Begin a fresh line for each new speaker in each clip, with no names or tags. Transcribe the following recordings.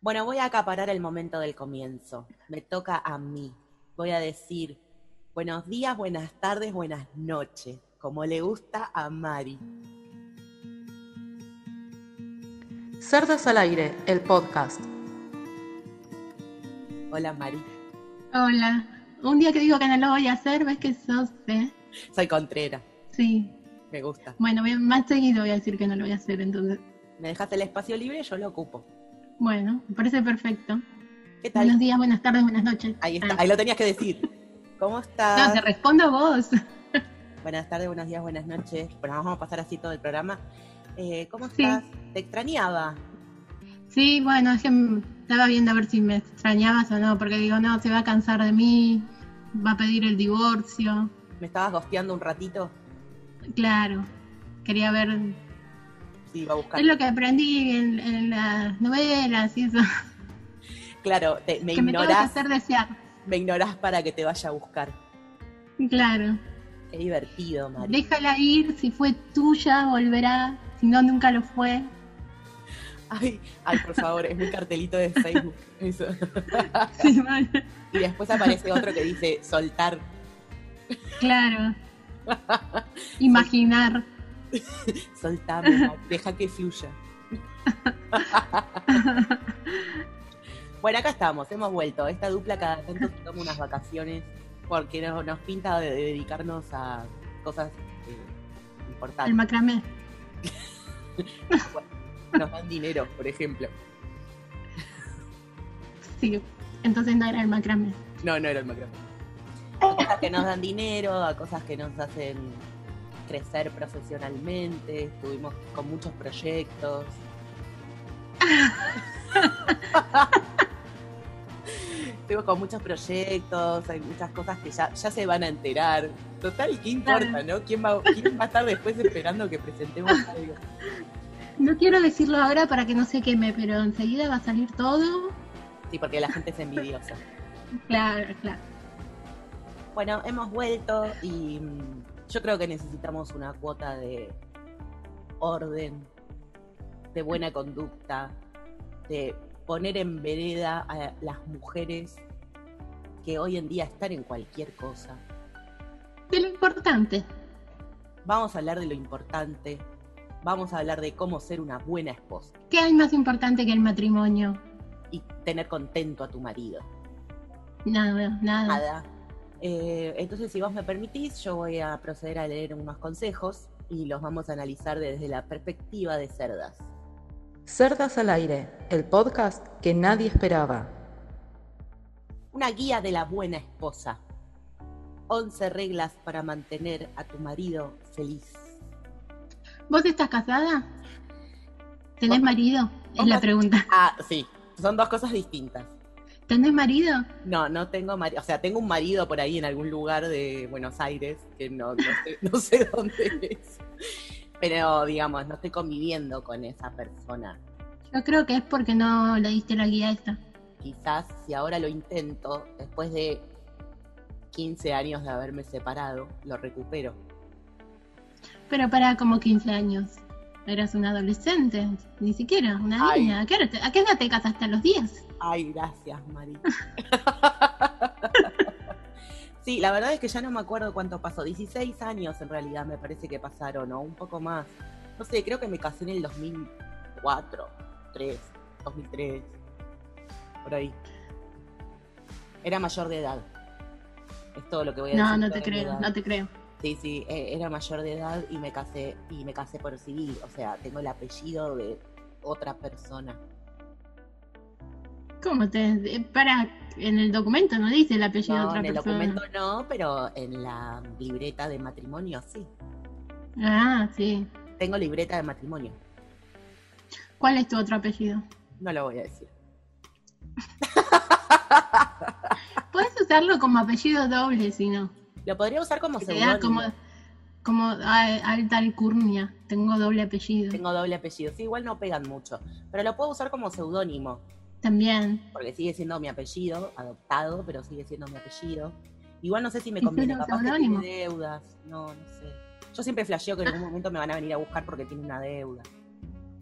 Bueno, voy a acaparar el momento del comienzo. Me toca a mí. Voy a decir buenos días, buenas tardes, buenas noches, como le gusta a Mari.
Cerdas al aire, el podcast.
Hola Mari,
Hola. Un día que digo que no lo voy a hacer, ves que sos, ¿eh?
soy Contrera,
Sí.
me gusta.
Bueno, voy- más seguido voy a decir que no lo voy a hacer, entonces.
Me dejaste el espacio libre, yo lo ocupo.
Bueno, me parece perfecto.
¿Qué tal?
Buenos días, buenas tardes, buenas noches.
Ahí está,
Ah.
ahí lo tenías que decir. ¿Cómo
No,
estás?
te respondo a vos.
Buenas tardes, buenos días, buenas noches. Bueno, vamos a pasar así todo el programa. Eh, ¿Cómo
Sí.
estás? Te extrañaba.
Sí, bueno, es que m- estaba viendo a ver si me extrañabas o no, porque digo, no, se va a cansar de mí, va a pedir el divorcio.
¿Me estabas gosteando un ratito?
Claro, quería ver.
Sí, iba a buscar.
Es lo que aprendí en, en las novelas y eso.
Claro, te- me
que me tengo que
ignorás,
hacer desear.
me ignorás para que te vaya a buscar.
Claro.
Qué divertido, Mari.
Déjala ir, si fue tuya, volverá, si no, nunca lo fue.
Ay, ay, por favor, es mi cartelito de Facebook. Eso.
Sí, mal.
Y después aparece otro que dice soltar.
Claro. Imaginar.
Soltame, Mari, deja que fluya. Bueno, acá estamos, hemos vuelto. Esta dupla cada tanto se toma unas vacaciones porque no- nos pinta de dedicarnos a cosas eh,
al
importantes.
macramé.
Nos dan dinero, por ejemplo.
Sí, entonces no era el macramé.
No, no era el macro. A cosas que nos dan dinero, a cosas que nos hacen crecer profesionalmente, estuvimos con muchos proyectos. Estuvimos con muchos proyectos, hay muchas cosas que ya, ya se van a enterar. Total, ¿qué importa,
Claro.
no? ¿Quién va, ¿Quién va a estar después esperando que presentemos algo?
No quiero decirlo ahora para que no se queme, pero enseguida va a salir todo.
Sí, porque la gente es envidiosa.
Claro, claro.
Bueno, hemos vuelto y mm, yo creo que necesitamos una cuota de orden, de buena conducta, de poner en vereda a las mujeres que hoy en día están en cualquier cosa.
De lo importante.
Vamos a hablar de lo importante, vamos a hablar de cómo ser una buena esposa
¿Qué hay más importante que el matrimonio?
y tener contento a tu marido.
Nada, nada.
nada. Eh, entonces, si vos me permitís, yo voy a proceder a leer unos consejos y los vamos a analizar desde la perspectiva de cerdas.
Cerdas al aire, el podcast que nadie esperaba.
Una guía de la buena esposa. 11 reglas para mantener a tu marido feliz.
¿Vos estás casada? ¿Tenés
Opa.
marido? Es la
Opa.
pregunta.
Ah, sí, son dos cosas distintas.
¿Tenés marido?
No, no tengo marido, o sea, tengo un marido por ahí en algún lugar de Buenos Aires, que no, no sé, no sé dónde es. Pero, digamos, no estoy conviviendo con esa persona.
Yo creo que es porque no leíste la guía esta.
quizás si ahora lo intento, después de 15 años de haberme separado, lo recupero.
Pero para como 15 años. Eras una adolescente, ni siquiera, una
Ay.
niña. ¿A qué, hora te- a qué edad te casaste? ¿A los 10?
Ay, gracias, Mari. sí, la verdad es que ya no me acuerdo cuánto pasó. 16 años en realidad me parece que pasaron, o un poco más. No sé, creo que me casé en el 2004, 3, 2003, por ahí. Era mayor de edad. Es todo lo que voy a
No,
decir.
no
sobre
te
mi
creo,
edad.
no te creo.
Sí, sí, e- era mayor de edad y me casé y me casé por civil, o sea, tengo el apellido de otra persona.
¿Cómo te.? eh, Para, en el documento no dice el apellido de
No,
otra
en el
persona.
documento no, pero en la libreta de matrimonio sí.
Ah, sí.
Tengo libreta de matrimonio,
¿Cuál es tu otro apellido?
no lo voy a decir.
Puedes usarlo como apellido doble si no.
Lo podría usar como
Que te da como,
seudónimo.
como ay, alta alcurnia. Tengo doble apellido.
Tengo doble apellido, sí, igual no pegan mucho, pero lo puedo usar como seudónimo,
También.
porque sigue siendo mi apellido, adoptado, pero sigue siendo mi apellido. Igual no sé si me
¿Y
conviene,
pero
capaz que
seudónimo?
tiene deudas, no, no sé. Yo siempre flasheo que en algún momento me van a venir a buscar porque tiene una deuda.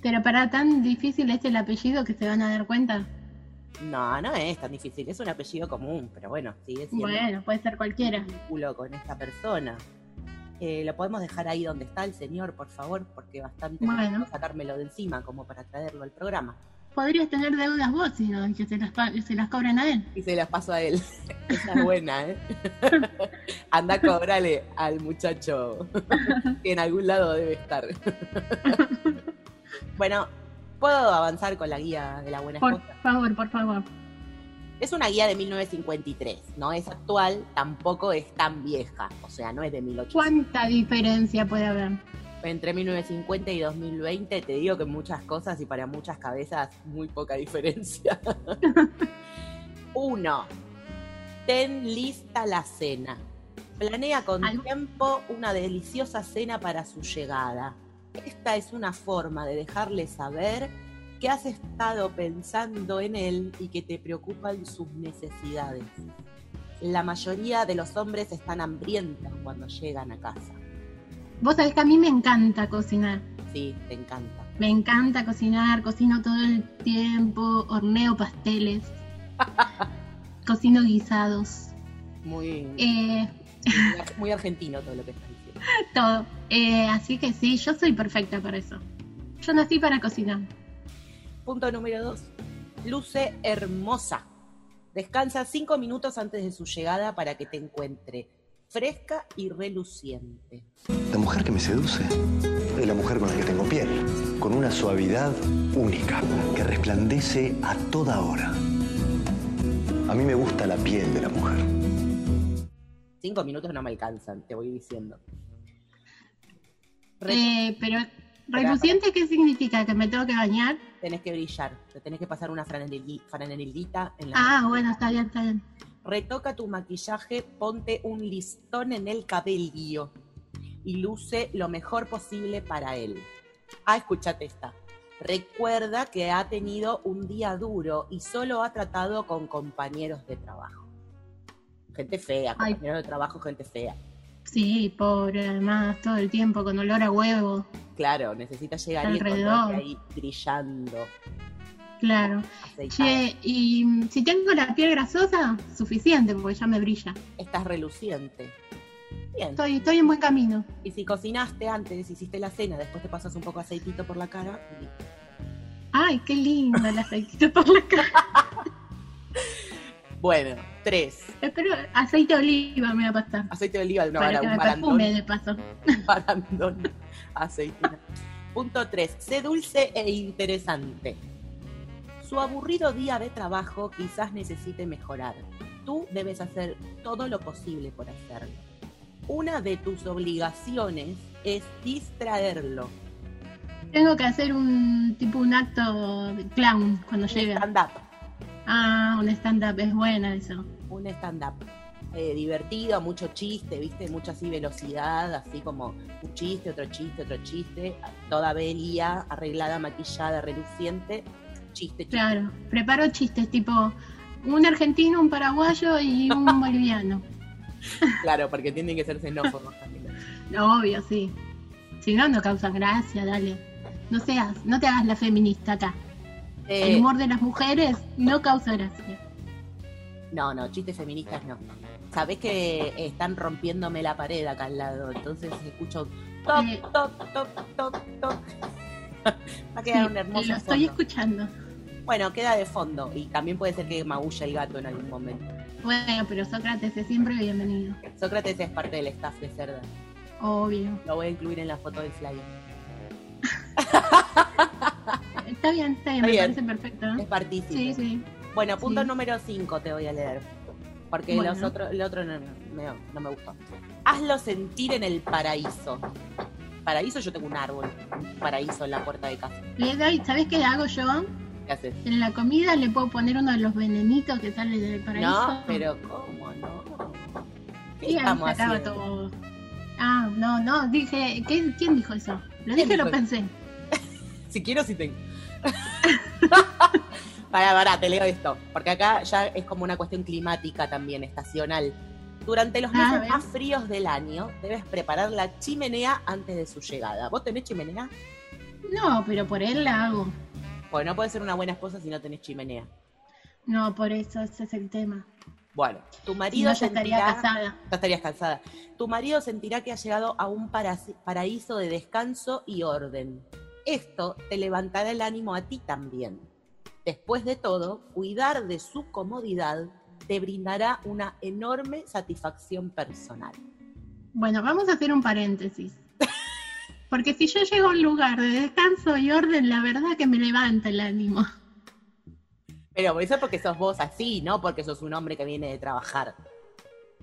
Pero para tan difícil es el apellido que se van a dar cuenta.
No, no es tan difícil, es un apellido común, pero bueno, sigue siendo
Bueno, puede ser cualquiera.
un vínculo con esta persona. Eh, lo podemos dejar ahí donde está el señor, por favor, porque bastante
Bueno.
necesito sacármelo de encima como para traerlo al programa.
Podrías tener deudas vos, sino que se las, pa- se las cobran a él.
Y se las paso a él. Esa es buena, ¿eh? Anda, cobrale al muchacho que en algún lado debe estar. bueno, puedo avanzar con la guía de la buena
Por
esposa.
favor, por favor.
Es una guía de 1953, no es actual, tampoco es tan vieja, o sea, no es de 1800.
¿Cuánta diferencia puede haber?
Entre 1950 y 2020 te digo que muchas cosas y para muchas cabezas muy poca diferencia. Uno, ten lista la cena. Planea con
Algo-
tiempo una deliciosa cena para su llegada. Esta es una forma de dejarle saber que has estado pensando en él y que te preocupan sus necesidades. La mayoría de los hombres están hambrientos cuando llegan a casa.
Vos sabés que a mí me encanta cocinar.
Sí, te encanta.
Me encanta cocinar, cocino todo el tiempo, horneo pasteles, cocino guisados,
Muy,
eh,
muy argentino todo lo que estás diciendo.
todo. Eh, así que sí, yo soy perfecta para eso. Yo nací para cocinar.
Punto número dos. Luce hermosa. Descansa cinco minutos antes de su llegada para que te encuentre fresca y reluciente.
La mujer que me seduce es la mujer con la que tengo piel, con una suavidad única que resplandece a toda hora. A mí me gusta la piel de la mujer.
Cinco minutos no me alcanzan, te voy diciendo. Re-
Eh, pero reluciente, ¿qué significa? ¿Que me tengo que bañar?
tenés que brillar, te tenés que pasar una franelili- franelita en la
Ah, bueno, está bien, está bien.
Retoca tu maquillaje, ponte un listón en el cabello y luce lo mejor posible para él. Ah, escúchate esta. Recuerda que ha tenido un día duro y solo ha tratado con compañeros de trabajo. Gente fea,
Ay.
compañeros de trabajo, gente fea.
Sí, pobre, además, todo el tiempo con olor a huevo,
Claro, necesita llegar y
Alrededor.
encontrarte ahí brillando,
claro.
aceitado.
Che, y mm, si tengo la piel grasosa, suficiente, porque ya me brilla.
Estás reluciente. Bien.
Estoy, estoy en buen camino.
Y si cocinaste antes, hiciste la cena, después te pasas un poco de aceitito por la cara, listo.
Ay, qué lindo el aceitito por la cara.
Bueno, tres.
Espero aceite de oliva me va a pasar.
Aceite de oliva de una
para
vara,
que
un
me
barandón.
perfume de paso.
un barandón. Aceitina. Punto tres. Sé dulce e interesante. Su aburrido día de trabajo quizás necesite mejorar. Tú debes hacer todo lo posible por hacerlo. Una de tus obligaciones es distraerlo.
Tengo que hacer un tipo un acto de clown cuando
Un
llegue.
stand-up.
Ah, un stand-up, es buena eso.
un stand-up eh, divertido, mucho chiste, ¿viste? Mucha así velocidad, así como un chiste, otro chiste, otro chiste, toda vería, arreglada, maquillada, reluciente, chiste, chiste.
Claro, preparo chistes tipo un argentino, un paraguayo y un boliviano.
Claro, porque tienen que ser xenófobos también.
Obvio, sí. Si no, no causan gracia, dale. No seas, no te hagas la feminista acá.
Eh,
El humor de las mujeres no causa gracia.
no, no, chistes feministas no. Sabés que están rompiéndome la pared acá al lado, entonces escucho toc,
Eh,
toc, toc, toc, toc. Va a
Sí,
quedar un
lo
hermoso
estoy
fondo.
escuchando.
Bueno, queda de fondo y también puede ser que magulla el gato en algún momento.
Bueno, pero Sócrates es siempre bienvenido.
Sócrates es parte del staff de Cerda.
Obvio.
Lo voy a incluir en la foto del flyer.
Está bien, está
Está
bien, me
bien.
parece perfecto. ¿no?
Es partícipe.
Ah, Sí, sí.
Bueno, punto
Sí.
número 5 te voy a leer. Porque
Bueno.
los otro, el otro no, no, me- no me gustó. Hazlo sentir en el paraíso. Paraíso, yo tengo un árbol. Un paraíso en la puerta de casa.
Le doy, ¿sabes qué hago yo?
¿Qué haces?
En la comida le puedo poner uno de los venenitos que sale del paraíso.
No, pero ¿cómo no? ¿Qué
Y ahí
estamos
se acaba
haciendo?
todo. Ah, no, no, dije, ¿qué- ¿quién dijo eso? Lo dije,
dijo
lo
eso?
pensé.
Si quiero, si tengo. Pará, pará, te leo esto. Porque acá ya es como una cuestión climática también, estacional. Durante los
Ah, a
meses
ver.
más fríos del año, debes preparar la chimenea antes de su llegada. ¿Vos tenés chimenea?
No, pero por él la hago.
Pues no puedes ser una buena esposa si no tenés chimenea.
No, por eso ese es el tema.
Bueno, tu
Si
marido
no, ya estaría
sentirá-
casada.
Ya estarías cansada. Tu marido sentirá que ha llegado a un parasi- paraíso de descanso y orden. Esto te levantará el ánimo a ti también. Después de todo, cuidar de su comodidad te brindará una enorme satisfacción personal.
Bueno, vamos a hacer un paréntesis. Porque si yo llego a un lugar de descanso y orden, la verdad que me levanta el ánimo.
Pero eso es porque sos vos así, ¿no? Porque sos un hombre que viene de trabajar.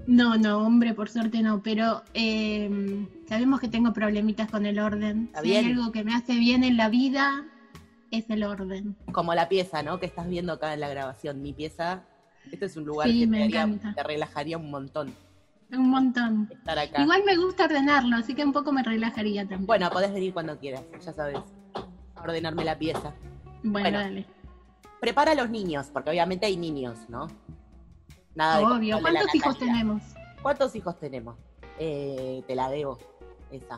No, no, hombre, por suerte no, pero eh, sabemos que tengo problemitas con el orden.
Está
Si hay
bien.
algo que me hace bien en la vida, es el orden.
Como la pieza, ¿no? Que estás viendo acá en la grabación. Mi pieza, este es un lugar
Sí,
que te,
me
haría-
encanta.
te relajaría un montón
Un montón.
estar acá.
Igual me gusta ordenarlo, así que un poco me relajaría también.
Bueno, podés venir cuando quieras, ya sabes. A ordenarme la pieza.
Bueno,
bueno.
dale.
Prepara a los niños, porque obviamente hay niños, ¿no? Nada de control
Obvio.
de la
¿Cuántos hijos
natalidad.
tenemos?
¿Cuántos hijos tenemos? Eh, te la debo, esa.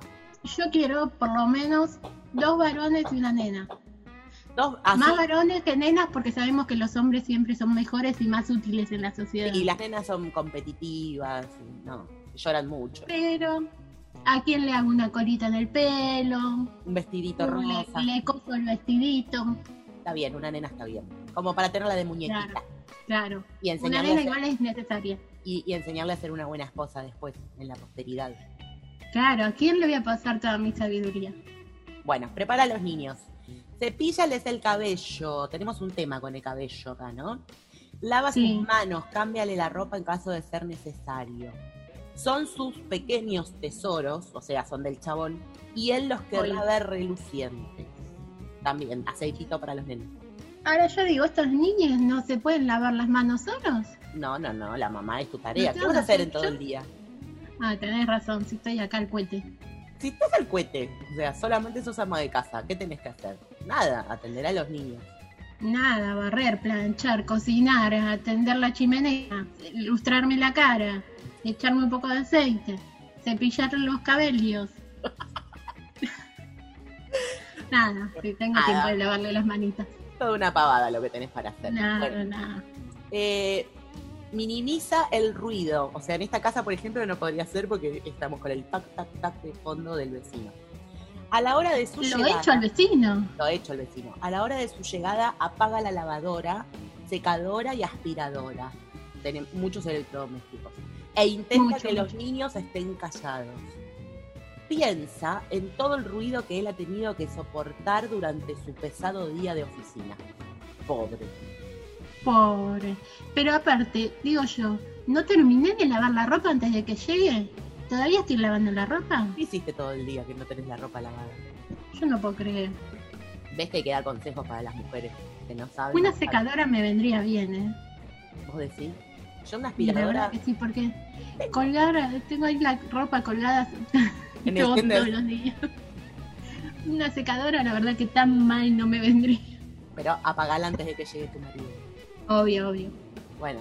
Yo quiero por lo menos dos varones y una nena.
Dos, ah, así,
Más varones que nenas porque sabemos que los hombres siempre son mejores y más útiles en la sociedad.
y las nenas son competitivas, y no, lloran mucho.
Pero, ¿a quién le hago una colita en el pelo?
Un vestidito
Le,
rosa,
le coso el vestidito.
está bien, una nena está bien. Como para tenerla de muñequita
Claro. Claro.
y,
Una
enseñarle a
nena
ser-
igual es necesaria.
y, y enseñarle a ser una buena esposa después, en la posteridad.
Claro, ¿a quién le voy a pasar toda mi sabiduría?
Bueno, prepara a los niños. Cepíllales el cabello. Tenemos un tema con el cabello acá, ¿no? Lava
Sí.
sus manos, cámbiale la ropa en caso de ser necesario. Son sus pequeños tesoros, o sea, son del chabón, y él los querrá
Obvio.
ver relucientes. También, aceitito para los nenes.
Ahora yo digo, ¿estos niños no se pueden lavar las manos solos?
No, no, no, la mamá es tu tarea.
No,
¿Qué vas a hacer en
yo-
todo el día?
Ah, tenés razón, si estoy acá al cohete.
Si estás al cohete, o sea, solamente sos ama de casa, ¿qué tenés que hacer? Nada, atender a los niños.
Nada, barrer, planchar, cocinar, atender la chimenea, lustrarme la cara, echarme un poco de aceite, cepillar los cabellos. nada, que tengo
Nada.
tiempo de lavarle las manitas.
Toda una pavada lo que tenés para hacer.
Nada,
Bueno,
nada.
eh, minimiza el ruido. O sea, en esta casa, por ejemplo, no podría ser porque estamos con el tac, tac, tac de fondo del vecino. A la hora de su
Lo he
llegada,
hecho al vecino.
lo ha hecho el vecino. A la hora de su llegada, apaga la lavadora, secadora y aspiradora. Tenemos muchos electrodomésticos. E intenta
Mucho,
que los
mucho.
niños estén callados. Piensa en todo el ruido que él ha tenido que soportar durante su pesado día de oficina. Pobre.
Pobre. Pero aparte, digo yo, ¿no terminé de lavar la ropa antes de que llegue? ¿Todavía estoy lavando la ropa?
¿Qué hiciste todo el día que no tenés la ropa lavada?
Yo no puedo creer.
Ves que hay que dar consejos para las mujeres que no saben.
Una
no saben.
secadora me vendría bien, ¿eh?
Vos decís. Yo una
Y la verdad
aspiradora
que sí, porque colgar, tengo ahí la ropa colgada
en el
todo- todos
tender,
los días. Una secadora, la verdad que tan mal no me vendría.
pero apagala antes de que llegue tu marido.
Obvio, obvio.
Bueno,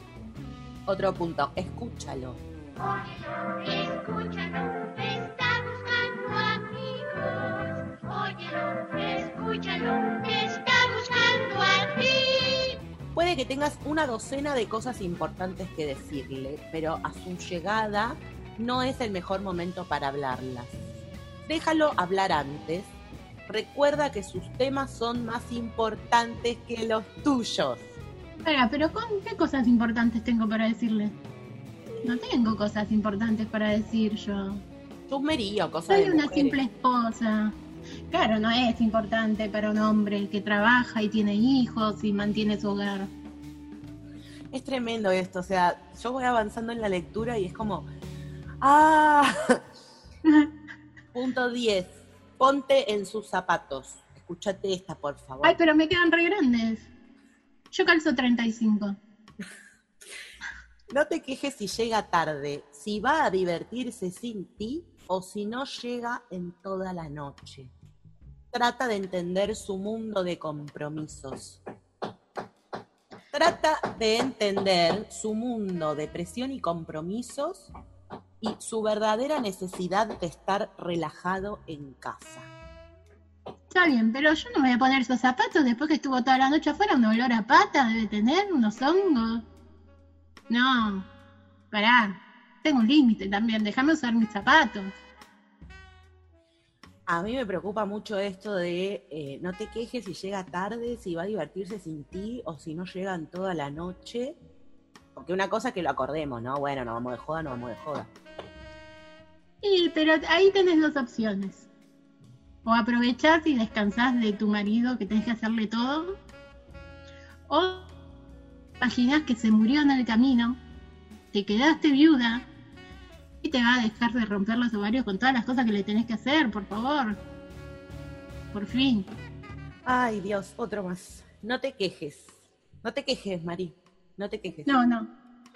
otro punto, escúchalo.
Escúchalo, está buscando amigos. Óyelo, escúchalo, está buscando amigos.
Puede que tengas una docena de cosas importantes que decirle, pero a su llegada no es el mejor momento para hablarlas. Déjalo hablar antes. Recuerda que sus temas son más importantes que los tuyos.
Ahora, pero ¿con qué cosas importantes tengo para decirle? No tengo cosas importantes para decir yo.
Chusmerío, cosas de
Soy una
mujeres.
simple esposa. Claro, no es importante para un hombre que trabaja y tiene hijos y mantiene su hogar.
Es tremendo esto, o sea, yo voy avanzando en la lectura y es como, ah, punto 10, ponte en sus zapatos. Escúchate esta, por favor.
Ay, pero me quedan re grandes. Yo calzo 35.
No te quejes si llega tarde, si va a divertirse sin ti o si no llega en toda la noche. Trata de entender su mundo de compromisos. Trata de entender su mundo de presión y compromisos y su verdadera necesidad de estar relajado en casa.
Está bien, pero yo no me voy a poner esos zapatos después que estuvo toda la noche afuera, un olor a pata debe tener, unos hongos. No, pará, tengo un límite también, déjame usar mis zapatos.
A mí me preocupa mucho esto de eh, no te quejes si llega tarde, si va a divertirse sin ti o si no llegan toda la noche. Porque una cosa es que lo acordemos, ¿no? Bueno, no vamos de joda, no vamos de joda.
Y, pero ahí tenés dos opciones. O aprovechás y descansás de tu marido que tenés que hacerle todo. O imaginás que se murió en el camino, te quedaste viuda y te va a dejar de romper los ovarios con todas las cosas que le tenés que hacer, por favor. Por fin.
Ay, Dios, otro más. No te quejes. No te quejes, Mari. No te quejes.
No, no.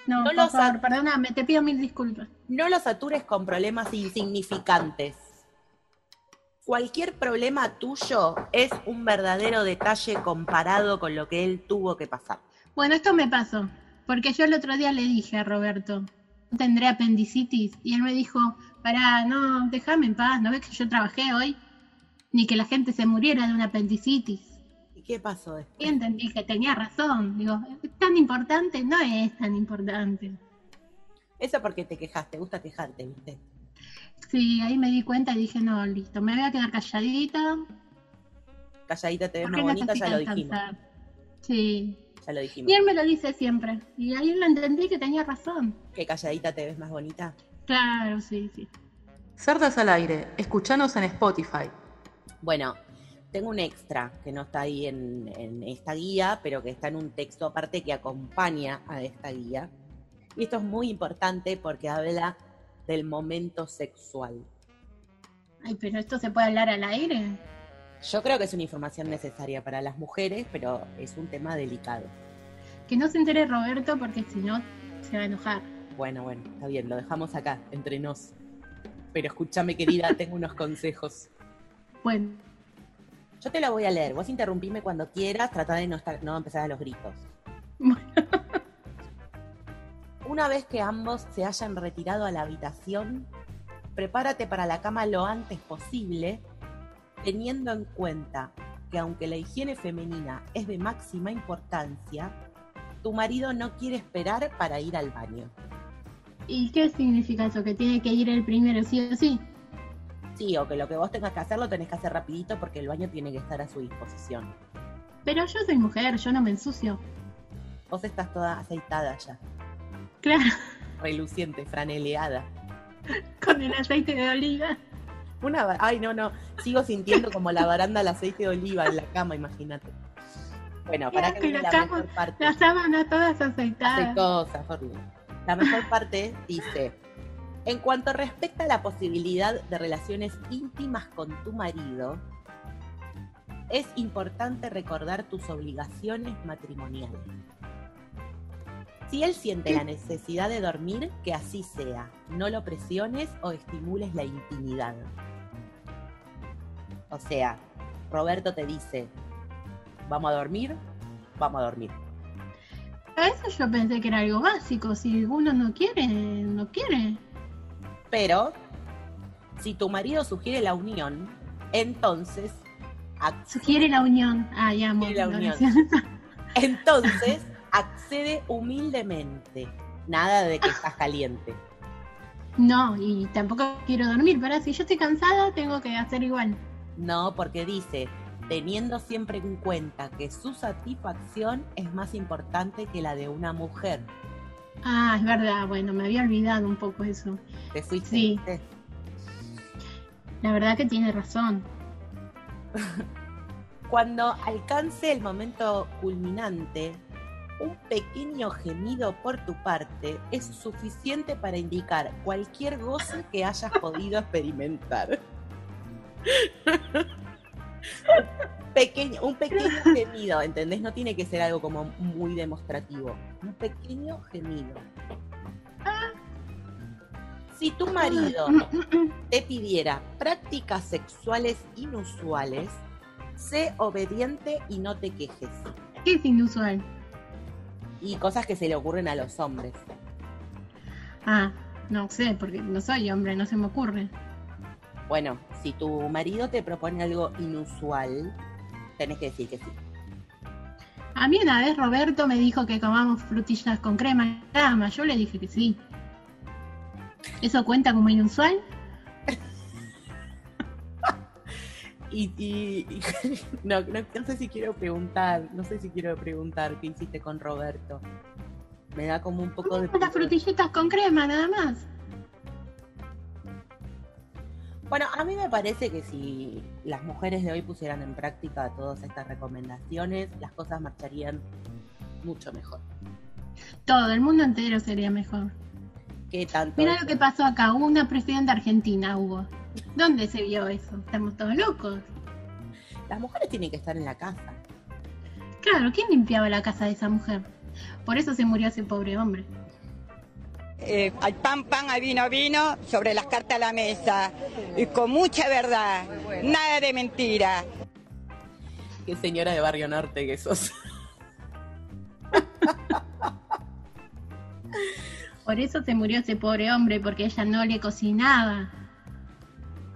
No,
No
por
los
favor,
ha-
perdóname, te pido mil disculpas.
No lo satures con problemas insignificantes. Cualquier problema tuyo es un verdadero detalle comparado con lo que él tuvo que pasar.
Bueno, esto me pasó, porque yo el otro día le dije a Roberto, "No tendré apendicitis, y él me dijo, pará, no, déjame en paz, ¿no ves que yo trabajé hoy? Ni que la gente se muriera de una apendicitis.
¿Y qué pasó después?
Y entendí que tenía razón, digo, "Es tan importante, no es tan importante.
Eso porque te quejas, te gusta quejarte, ¿viste?
Sí, ahí me di cuenta y dije, no, listo, me voy a quedar calladita,
Calladita te ves
porque
más
no te
bonita, Eh, ya lo dijimos.
descansar. Sí,
Ya lo
y
dijimos.
él me lo dice siempre, y ahí lo entendí que tenía razón.
Que calladita te ves más bonita.
Claro, sí, sí.
Cerdas al aire, escuchanos en Spotify.
Bueno, tengo un extra que no está ahí en, en esta guía, pero que está en un texto aparte que acompaña a esta guía. Y esto es muy importante porque habla del momento sexual.
Ay, pero esto se puede hablar al aire.
Yo creo que es una información necesaria para las mujeres, pero es un tema delicado.
Que no se entere Roberto porque si no se va a enojar.
Bueno, bueno, está bien, lo dejamos acá, entre nos. Pero escúchame, querida, tengo unos consejos.
Bueno,
Yo te lo voy a leer, vos interrumpime cuando quieras, trata de no, estar, no empezar a los gritos.
Bueno.
Una vez que ambos se hayan retirado a la habitación, prepárate para la cama lo antes posible, teniendo en cuenta que aunque la higiene femenina es de máxima importancia, tu marido no quiere esperar para ir al baño.
¿y qué significa eso? ¿Que tiene que ir el primero sí o sí?
Sí, o que lo que vos tengas que hacer lo tenés que hacer rapidito porque el baño tiene que estar a su disposición.
Pero yo soy mujer, yo no me ensucio.
Vos estás toda aceitada ya,
Claro,
reluciente, franeleada.
con el aceite de oliva.
Una, ba- ay, no, no, sigo sintiendo como la baranda al aceite de oliva en la cama, imagínate. Bueno,
Qué
para
asco,
que viene la
la cama,
mejor parte.
Las sábanas todas aceitadas.
Aceitosa, horrible. La mejor parte dice, en cuanto respecta a la posibilidad de relaciones íntimas con tu marido, es importante recordar tus obligaciones matrimoniales. Si él siente la necesidad de dormir, que así sea. No lo presiones o estimules la intimidad. O sea, Roberto te dice, vamos a dormir, vamos a dormir.
A eso yo pensé que era algo básico. Si uno no quiere, no quiere.
Pero si tu marido sugiere la unión, entonces, ac-
Sugiere la unión. Ay, amo.
Sugiere la
la
unión.
oración.
entonces accede humildemente. Nada de que estás caliente.
No, y tampoco quiero dormir. Pero si yo estoy cansada, tengo que hacer igual.
No, porque dice, teniendo siempre en cuenta que su satisfacción es más importante que la de una mujer.
Ah, es verdad. Bueno, me había olvidado un poco eso.
Te fuiste.
Sí.
¿viste?
La verdad que tiene razón.
Cuando alcance el momento culminante, un pequeño gemido por tu parte es suficiente para indicar cualquier goce que hayas podido experimentar. Pequeño, un pequeño gemido, ¿entendés? No tiene que ser algo como muy demostrativo. Un pequeño gemido. Si tu marido te pidiera prácticas sexuales inusuales, sé obediente y no te quejes.
¿Qué es inusual?
Y cosas que se le ocurren a los hombres.
Ah, no sé, porque no soy hombre, no se me ocurre.
Bueno, si tu marido te propone algo inusual, tenés que decir que sí.
A mí una vez Roberto me dijo que comamos frutillas con crema en la cama. Yo le dije que sí. ¿Eso cuenta como inusual?
Y, y- y- no, no, no sé si quiero preguntar, no sé si quiero preguntar qué hiciste con Roberto. Me da como un poco de...
Las frutillitas con crema, nada más.
Bueno, a mí me parece que si las mujeres de hoy pusieran en práctica todas estas recomendaciones, las cosas marcharían mucho mejor.
Todo, el mundo entero sería mejor.
¿Qué tanto?
Mira lo que pasó acá, hubo una presidenta argentina, hubo. ¿Dónde se vio eso? Estamos todos locos.
Las mujeres tienen que estar en la casa.
Claro, ¿quién limpiaba la casa de esa mujer? Por eso se murió ese pobre hombre.
eh, al pan pan, al vino vino, sobre las cartas a la mesa, y con mucha verdad, nada de mentira.
Qué señora de Barrio Norte que sos.
Por eso se murió ese pobre hombre, porque ella no le cocinaba.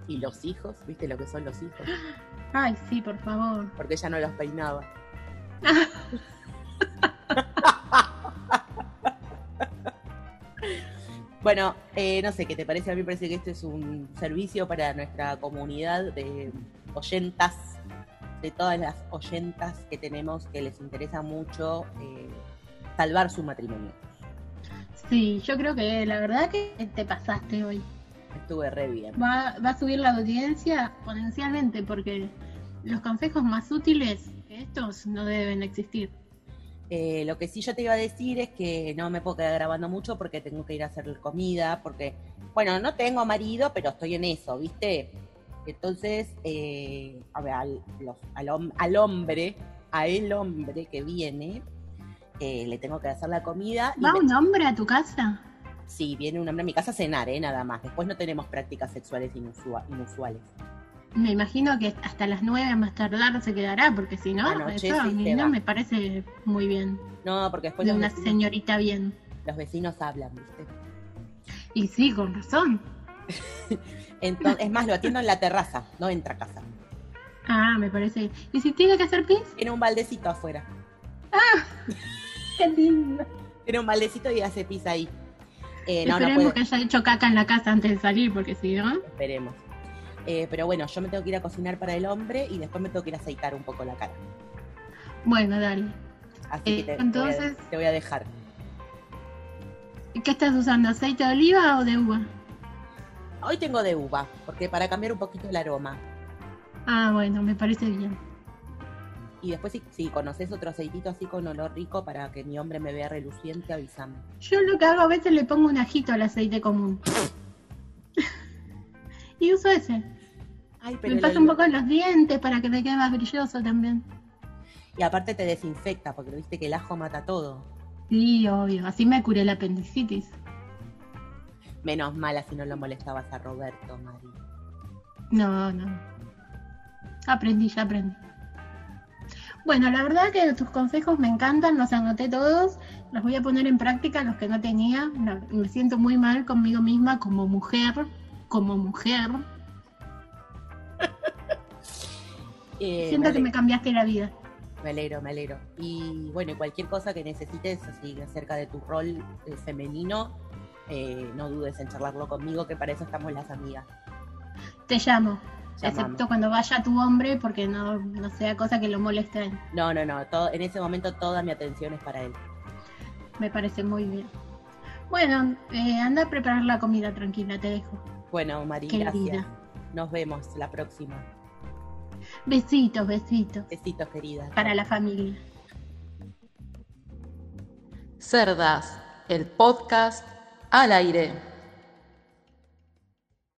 Y los hijos, ¿viste lo que son los hijos?
Ay, sí, por favor.
Porque ella no los peinaba. bueno, eh, no sé qué te parece. A mí me parece que este es un servicio para nuestra comunidad de oyentas, de todas las oyentas que tenemos que les interesa mucho eh, salvar su matrimonio.
Sí, yo creo que la verdad que te pasaste hoy.
Estuve re bien.
Va, va a subir la audiencia exponencialmente porque los consejos más útiles que estos no deben existir.
Eh, lo que sí yo te iba a decir es que no me puedo quedar grabando mucho porque tengo que ir a hacer comida, porque, bueno, no tengo marido, pero estoy en eso, ¿viste? Entonces, eh, a ver, al, los- al, hom- al hombre, a el hombre que viene, eh, le tengo que hacer la comida. y
¿Va
me-
un hombre a tu casa?
Sí, viene un hombre a mi casa a cenar, ¿eh? Nada más. Después no tenemos prácticas sexuales inusua- inusuales.
Me imagino que hasta las nueve más tardar se quedará, porque si no,
Anoche
eso
sí
ni-
se
no
va.
me parece muy bien.
No, porque después
De
los
una
vecinos,
señorita bien.
los vecinos hablan, ¿viste?
Y sí, con razón.
Entonces, es más, lo atiendo en la terraza, no entra a casa.
Ah, me parece. ¿Y si tiene que hacer pis?
Tiene un baldecito afuera.
Ah, Qué lindo.
Tiene un baldecito y hace pis ahí. Eh, no, no
Esperemos
puede.
que haya hecho caca en la casa antes de salir, porque si no.
Esperemos. Eh, pero bueno, yo me tengo que ir a cocinar para el hombre y después me tengo que ir a aceitar un poco la cara.
Bueno, dale.
Así
Eh,
que te,
entonces-
te voy a, te voy a dejar.
¿Y ¿Qué estás usando? ¿Aceite de oliva o de uva?
Hoy tengo de uva, porque para cambiar un poquito el aroma.
Ah, bueno, me parece bien.
Y después, si, si conoces otro aceitito así con olor rico para que mi hombre me vea reluciente, avísame.
Yo lo que hago a veces le pongo un ajito al aceite común. y uso ese.
Ay,
me
el
paso un
olor-
poco en los dientes para que me quede más brilloso también.
Y aparte te desinfecta, porque viste que el ajo mata todo.
Sí, obvio. Así me curé la apendicitis.
Menos mal, así no lo molestabas a Roberto, Mari.
No, no. Aprendí, ya aprendí. Bueno, la verdad que tus consejos me encantan, los anoté todos, los voy a poner en práctica, los que no tenía. La- Me siento muy mal conmigo misma como mujer, como mujer.
Eh,
siento que
Ale-
me cambiaste la vida.
Me alegro, me alegro. Y bueno, y cualquier cosa que necesites así acerca de tu rol eh, femenino, eh, no dudes en charlarlo conmigo, que para eso estamos las amigas.
Te llamo,
Llamame.
excepto cuando vaya tu hombre, porque no, no sea cosa que lo moleste. a él.
No, no, no. todo- en ese momento toda mi atención es para él.
Me parece muy bien. Bueno, eh, anda a preparar la comida tranquila, te dejo.
Bueno, María,
Qué
gracias.
linda.
Nos vemos la próxima.
Besitos, besitos.
Besitos, querida.
Para la familia.
Cerdas, el podcast al aire.